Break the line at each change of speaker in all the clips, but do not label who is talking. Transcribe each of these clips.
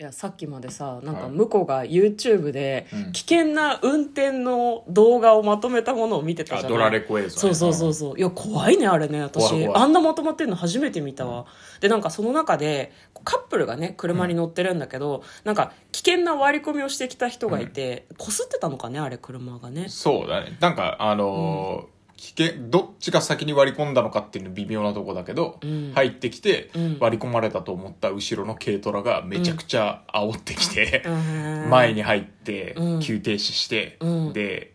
いやさっきまでさなんか向こうが YouTube で
うん
危険な運転の動画をまとめたものを見てた
あ
じゃ
ドラ
な
レ
い
コ映像ね
そうそうそうそういや怖いねあれね私
怖い怖い
あんなまとまってるの初めて見たわ、でなんかその中でカップルがね車に乗ってるんだけど、なんか危険な割り込みをしてきた人がいてこす、擦ってたのかねあれ車がね
そうだねなんかあのー危険どっちが先に割り込んだのかっていうの微妙なとこだけど、
ん
入ってきて
うん
割り込まれたと思った後ろの軽トラがめちゃくちゃ煽ってきて、
前
前に入って
うん
急停止して、
うん
で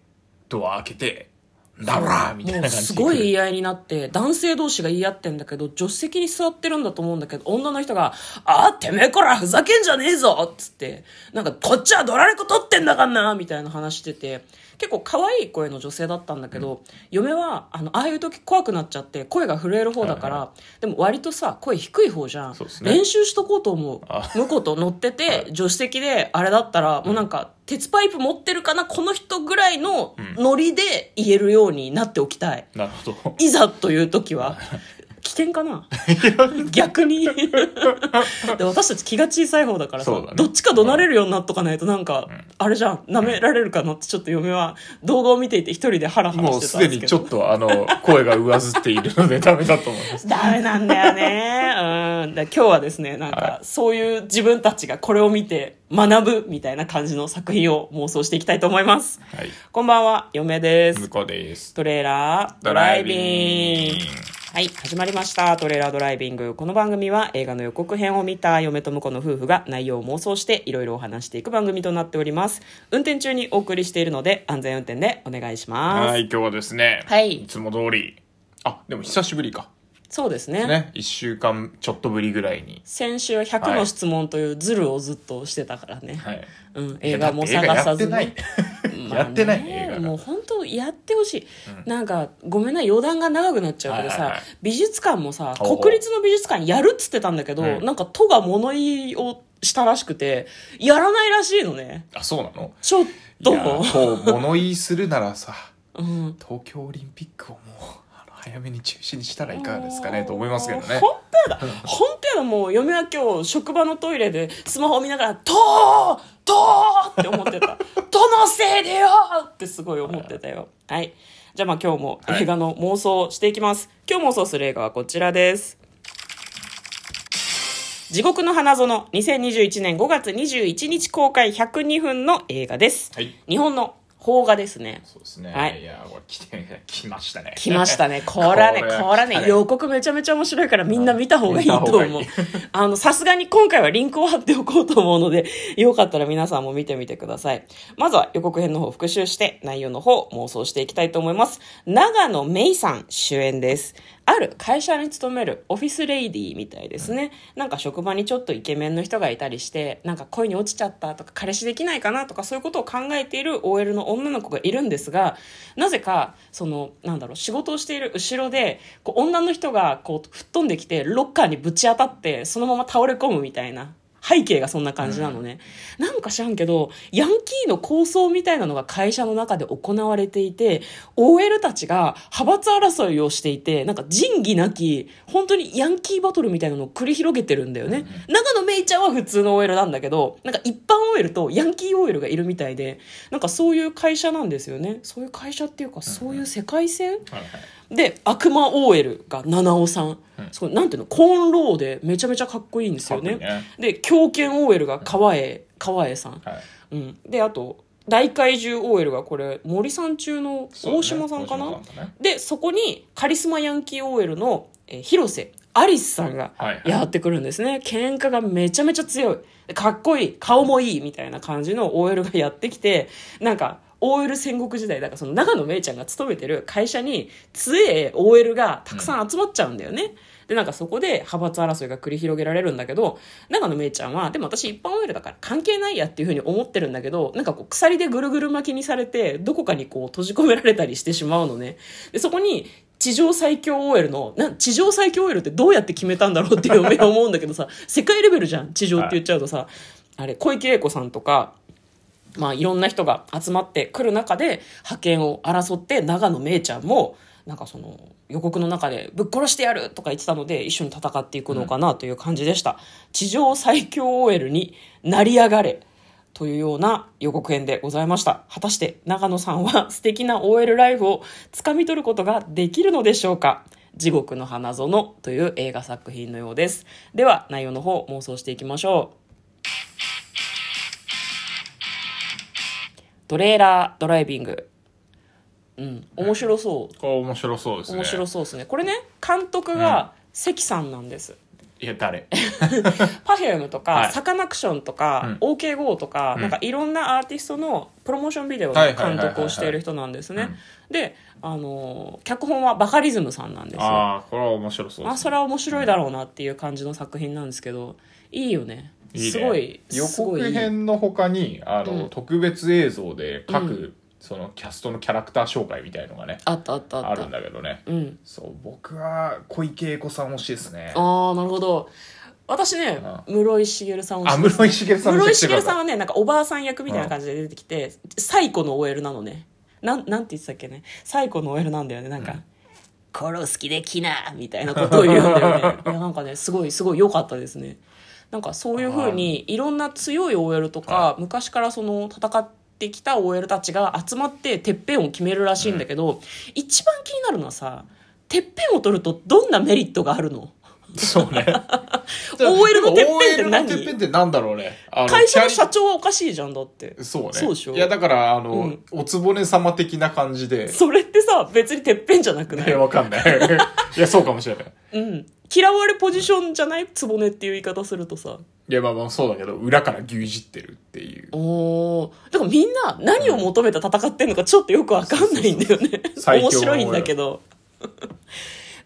ドア開けて「なら!」みたい
も
な感じ
う
です
ごい言い合いになって男性同士が言い合ってんだけど助手席に座ってるんだと思うんだけど女の人が「ああてめえこらふざけんじゃねえぞ」っつってなんか「こっちはドラレコ撮ってんだからな」みたいな話してて結構可愛い声の女性だったんだけど、嫁はあのああいう時怖くなっちゃって声が震える方だから、
はい
でも割とさ声低い方じゃん、
そうですね
練習しとこうと思
あ
う向こうと乗ってて、助手席であれだったらもうなんか鉄パイプ持ってるかなこの人ぐらいのノリで言えるようになっておきたい
なるほど
いざという時は 危険かな逆にで私たち気が小さい方だからさ、
そうだね
どっちか怒鳴れるようになっとかないとなんか、あれじゃん舐められるかなってちょっと嫁は動画を見ていて一人でハラハラ
も
し
う
て
す
たん
で
です
に
け
ちょ
ど
っと あの声が上ずっているのでダメだと思います
ダメなんだよね。うん。だから今日はですね、なんか、そういう自分たちがこれを見て学ぶみたいな感じの作品を妄想していきたいと思います。
はい
こんばんは、嫁です
向。こうです
トレーラードライビング。はい、始まりました。トレーラードライビング。この番組は映画の予告編を見た嫁と婿の夫婦が内容を妄想していろいろお話していく番組となっております。運転中にお送りしているので安全運転でお願いします。
はい今日はですね、
はい
いつも通りあでも久しぶりか
そうですね。
ね1週間ちょっとぶりぐらいに
先週は100の質問というズルをずっとしてたからね。
はい
うん、映画も探さずに
いやだって映画やってないやってない映画が
もう本当やってほしい、なんかごめんな余談が長くなっちゃうけどさ、
はいはいはい
美術館もさ
おう
国立の美術館やるっつってたんだけど、
うん
なんか都が物言いをしたらしくてやらないらしいのね
あそうなの
ちょっと
いやこう物言いするならさ
うん
東京オリンピックをもうあの早めに中止にしたらいかがですかねと思いますけどね
本当やだ本当やだもう嫁は今日職場のトイレでスマホを見ながら「とーとー!」って思って た「とのせいでよ!」ってすごい思ってたよはいじゃあまあ今日も映画の妄想をしていきます、今日妄想する映画はこちらです地獄の花園2021年5月21日公開102分の映画です、
はい
日本の邦画ですね
そうですね、
はい
い、やこれ来て来ましたね
来ましたね。こらね、
これは
こら
来
ね、
た
予告めちゃめちゃ面白いからみんな見た方がいいと
見た方
思
が
う
いい。
あの、さすがに今回はリンクを貼っておこうと思うので、 よかったら皆さんも見てみてください。まずは予告編の方を復習して、内容の方を妄想していきたいと思います。長野めいさん主演です。ある会社に勤めるオフィスレイディーみたいですね。なんか職場にちょっとイケメンの人がいたりして、なんか恋に落ちちゃったとか、彼氏できないかなとか、そういうことを考えている OL の女の子がいるんですが、なぜか、その、なんだろう、仕事をしている後ろで、こう、女の人が、こう、吹っ飛んできて、ロッカーにぶち当たって、そのまま倒れ込むみたいな。背景がそんな感じなのね、なんか知らんけどヤンキーの抗争みたいなのが会社の中で行われていて OL たちが派閥争いをしていてなんか仁義なき本当にヤンキーバトルみたいなのを繰り広げてるんだよね、長野めいちゃんは普通の OL なんだけどなんか一般 OL とヤンキー OL がいるみたいでなんかそういう会社なんですよねそういう会社っていうかそういう世界線、
はいはい
で悪魔 OL が七尾さん、そうなんていうのコーンローでめちゃめちゃかっこいいんですよね
かっこいいね
で狂犬 OL が川栄川栄さん、
はい
うん、であと大怪獣 OL がこれ森さん中の大島さんかな、
そうね大島さんか
でそこにカリスマヤンキー OL の、えー広瀬アリスさんが
はい
やってくるんですね、喧嘩がめちゃめちゃ強いでかっこいい顔もいいみたいな感じの OL がやってきてなんか OL 戦国時代だからその長野めいちゃんが勤めてる会社に強え OL がたくさん集まっちゃうんだよね、でなんかそこで派閥争いが繰り広げられるんだけど長野めいちゃんはでも私一般 OL だから関係ないやっていうふうに思ってるんだけどなんかこう鎖でぐるぐる巻きにされてどこかにこう閉じ込められたりしてしまうのねでそこに地上最強 OL のな地上最強 OL ってどうやって決めたんだろうっていう思うんだけどさ世界レベルじゃん地上って言っちゃうとさ、あれ小池栄子さんとかまあ、いろんな人が集まってくる中で覇権を争って長野めいちゃんもなんかその予告の中でぶっ殺してやるとか言ってたので一緒に戦っていくのかなという感じでした、地上最強 OL になり上がれというような予告編でございました果たして長野さんは素敵な OL ライフをつかみ取ることができるのでしょうか地獄の花園という映画作品のようですでは内容の方妄想していきましょうトレーラードライビングうん面白そう
これ面白そうですね
面白そうですねこれね監督が関さんなんです、
いや誰
パフュームと
は
か
い
サカナクションとか、OKGO とか、なんかいろんなアーティストのプロモーションビデオの
はいはいはいはい
監
はい
督をしている人なんですねであのー脚本はバカリズムさんなんですよ
ああこれは面白そう
まあそれは面白いだろうなっていう感じの作品なんですけどいいよね
いいね
すごい
予
すごい
告編の他にあの、
うん
特別映像で各、そのキャストのキャラクター紹介みたいのがね
あったあったあ
あ
った
るんだけどね
うん
そう僕は小池栄子さん推しですね
ああなるほど私ね室井茂さんを
あ室井茂さん
室井
推し
茂さん
ん
はねなんかおばあさん役みたいな感じで出てきて最古の OL なのねなんなんて言ってたっけね最古の OL なんだよねなんか、殺す気できなみたいなことを言うんだよ ねいやなんかねすごいすごい良かったですねなんかそういうふうにいろんな強い OL とか昔からその戦ってきた OL たちが集まっててっぺんを決めるらしいんだけど、一番気になるのはさてっぺんを取るとどんなメリットがあるの
そ うね
OL のてっぺんって何
OL のてっぺんって何だろうねあ
会社の
キャ
社
リ
長はおかしいじゃんだって
そうね
そうでしょ
いやだからあの、
うん
おつぼね様的な感じで
それってさ別にてっぺんじゃなくない
いやわかんない いやそうかもしれない
うん嫌われポジションじゃないつぼねっていう言い方するとさ
いやまあまあそうだけど裏から牛耳ってるっていう
おーだからみんな何を求めて戦ってんのかちょっとよくわかんないんだよね
そう最強
面白いんだけど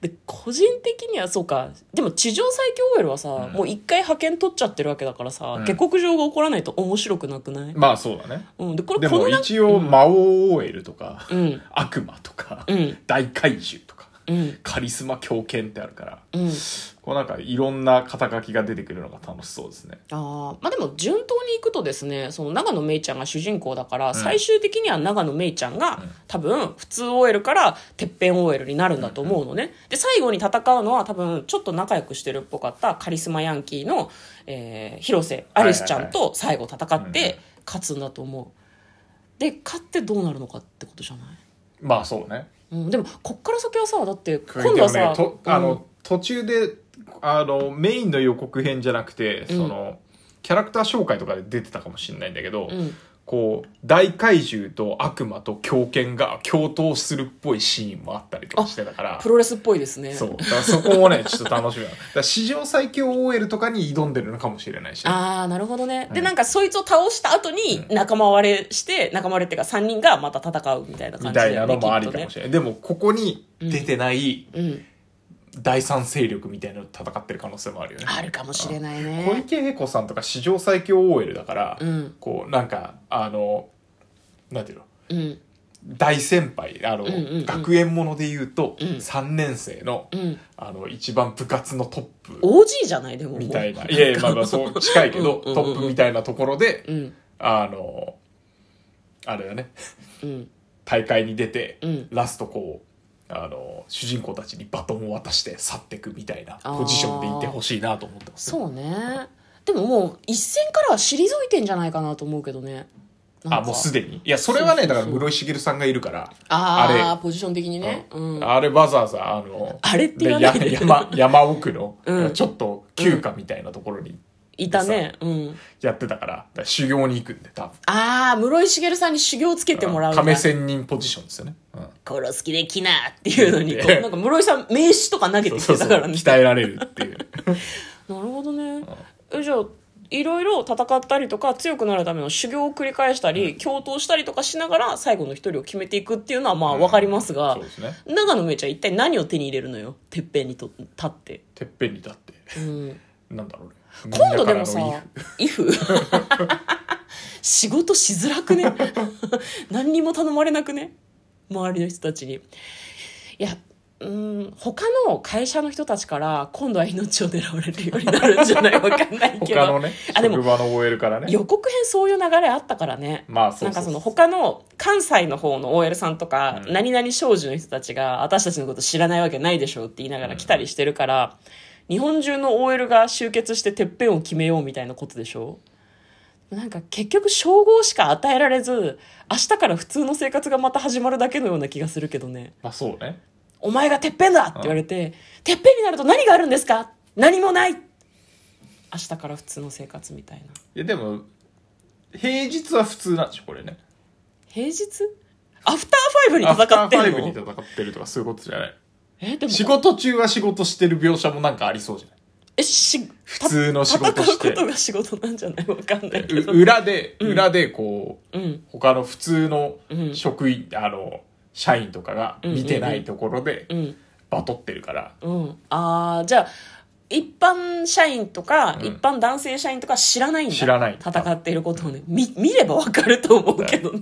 で個人的にはそうかでも地上最強 OL はさ、
ん
もう一回派遣取っちゃってるわけだからさ、
うん
下克上が起こらないと面白くなくない、
まあそうだね
うん、でこれ
で
こ
も
のな
一応魔王 OL とか、
うん
悪魔とか、
うん
大怪獣とか、
うん
カリスマ狂犬ってあるから
うん
こうなんかいろんな肩書きが出てくるのが楽しそうですね
あーまあでも順当にいくとですねその長野めいちゃんが主人公だから、最終的には長野めいちゃんが、多分普通 OL からてっぺん OL になるんだと思うのね、で最後に戦うのは多分ちょっと仲良くしてるっぽかったカリスマヤンキーの、えー広瀬アリスちゃんと最後戦っ
うんうん
て勝つんだと思う、で勝ってどうなるのかってことじゃない、
まあそうね
うん、でもこっから先はさだって今度は
でも
さ、
ねとあの、
うん
途中であのメインの予告編じゃなくてその、キャラクター紹介とかで出てたかもしれないんだけど、
うん
こう大怪獣と悪魔と狂犬が共闘するっぽいシーンもあったりとかしてたから
プロレスっぽいですね
そう。だからそこ もね、ちょっと楽しみなの。だから史上最強 OL とかに挑んでるのかもしれないしね、
ああなるほどね、
うん
でなんかそいつを倒した後に仲間割れして仲間割れっていうか3人がまた戦うみたいな感
み
じ
た
だ
い
よ
な
ね
のもありか
きっ
も
と
しれない。でも、ここに出てない
ねうん
第三勢力みたいなのと戦ってる可能性もあるよね。
あるかもしれない
小
ね
池栄子さんとか史上最強 OL だから、
うん
こう、なんか、あの、なんていうの
うん
大先輩、あの、
んうんうん
学園もので言うと、
うん
3年生の、
うん
あの、一番部活のトップ
OG じゃないでも
みたいな。い
や
やいや、まあまあ、そう、近いけど、
うんうんうん
トップみたいなところで、
うん
あの、あれだね、
うん
大会に出て、
うん
ラストこう、あの、主人公たちにバトンを渡して去っていくみたいなポジションでいてほしいなと思ってます。
そうねでももう一線からは退いてんじゃないかなと思うけどねなんか
あ、もうすでに。いや、それはね、
そう
だ
そう
か
そう
ら室井茂さんがいるから、
あ
あ
あポジション的にねうん
あれわざわざ、あの、
あれって言わないで
でや山、山奥の、
うん
ちょっと休暇みたいなところに
いたねうん
やってたから、だから修行に行くんで、多分。
ああ室井茂さんに修行つけてもらうみたいな
亀仙人ポジションですよね。 うん
殺す気できなっていうのに、
ね
こうなんか室井さん名刺とか投げ
そ
て
う
き
そう
て
そ
た
う。
からね。
鍛えられるっていう。
なるほどね。えじゃあ、いろいろ戦ったりとか強くなるための修行を繰り返したり、共闘したりとかしながら最後の一人を決めていくっていうのはまあわかり ますが、
そうですね。
長野めいちゃん一体何を手に入れるのよてっぺんにと立って。
てっぺんに立って。
うん
なんだろうね。
今度でも
みんな
さ
か、
イフ仕事しづらくね何にも頼まれなくね周りの人たちに。いや、うん、他の会社の人たちから今度は命を狙われるようになるんじゃないわかんないけど
他のね
あでも
職場の OL からね
予告編そういう流れあったからね
まあそ
な
う
ん
そ
か
う
その
そう
他の関西の方の OL さんとか、
うん
何々商事の人たちが私たちのこと知らないわけないでしょうって言いながら来たりしてるから、日本中の OL が集結しててっぺんを決めようみたいなことでしょなんか結局称号しか与えられず明日から普通の生活がまた始まるだけのような気がするけどね
まあそうね
「お前がてっぺんだ!」って言われて「てっぺんになると何があるんですか何もない!」明日から普通の生活みたいない
やでも平日は普通なんでしょこれね
平日アフターファイブに
アフタ
戦
ー
っ
ファイ
て
ブに
んの
戦ってるとかそういうことじゃない
えでも
仕事中は仕事してる描写もなんかありそうじゃない
えし
普通の仕事して
戦うことが仕事なんじゃないわかんないけ
う
ど
裏で、裏でこう、
うん
他の普通の
うん
職員、あの社員とかが見てないところで
うん
バトってるから、
うんああじゃあ一般社員とか、
うん
一般男性社員とか知らないんだ
知らない
戦っていることをね見見ればわかると思うけどね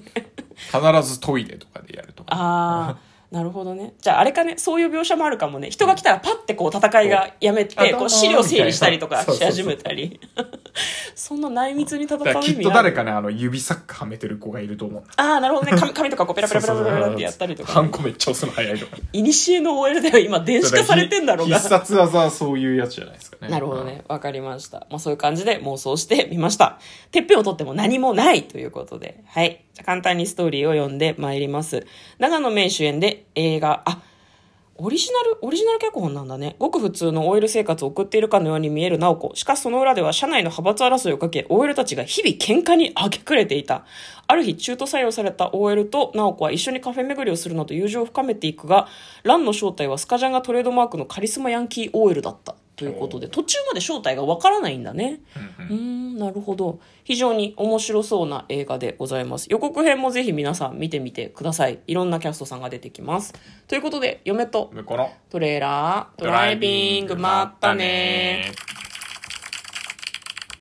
必ずトイレとかでやるとか
ああなるほどねじゃああれかねそういう描写もあるかもね人が来たらパッてこう戦いがやめ
そう
て
あ
こ
どうも
う資料整理したりとか
みたいな
し始めたり そんな内密に戦う
だか
意味
ら
あ
き
る
っと誰かねあの指サックはめてる子がいると思うんだ
ああ、なるほどね。紙紙とかこうペラペラペラペラペラってやったりと
ハ
か
ン。コめっちゃ押すの早い とか
いにしえの OL では今電子化されてんだろう
必
が。
殺技はそういうやつじゃないですかね
なるほどね。わかりました。まあそういう感じで妄想してみました。てっぺんを取っても何もないということで。はい。じゃあ簡単にストーリーを読んでまいります。長野名主演で映画、あ、オリジナル、オリジナル脚本なんだね。ごく普通の OL 生活を送っているかのように見える直子。しかしその裏では社内の派閥争いをかけ、OL たちが日々喧嘩に明け暮れていた。ある日、中途採用された OL と直子は一緒にカフェ巡りをするなど友情を深めていくが、ランの正体はスカジャンがトレードマークのカリスマヤンキー OL だった。ということで、途中まで正体がわからないんだね。
うん
うーんなるほど非常に面白そうな映画でございます予告編もぜひ皆さん見てみてくださいいろんなキャストさんが出てきますということで嫁と
うん向こうの
トレーラードライビングまったね
ー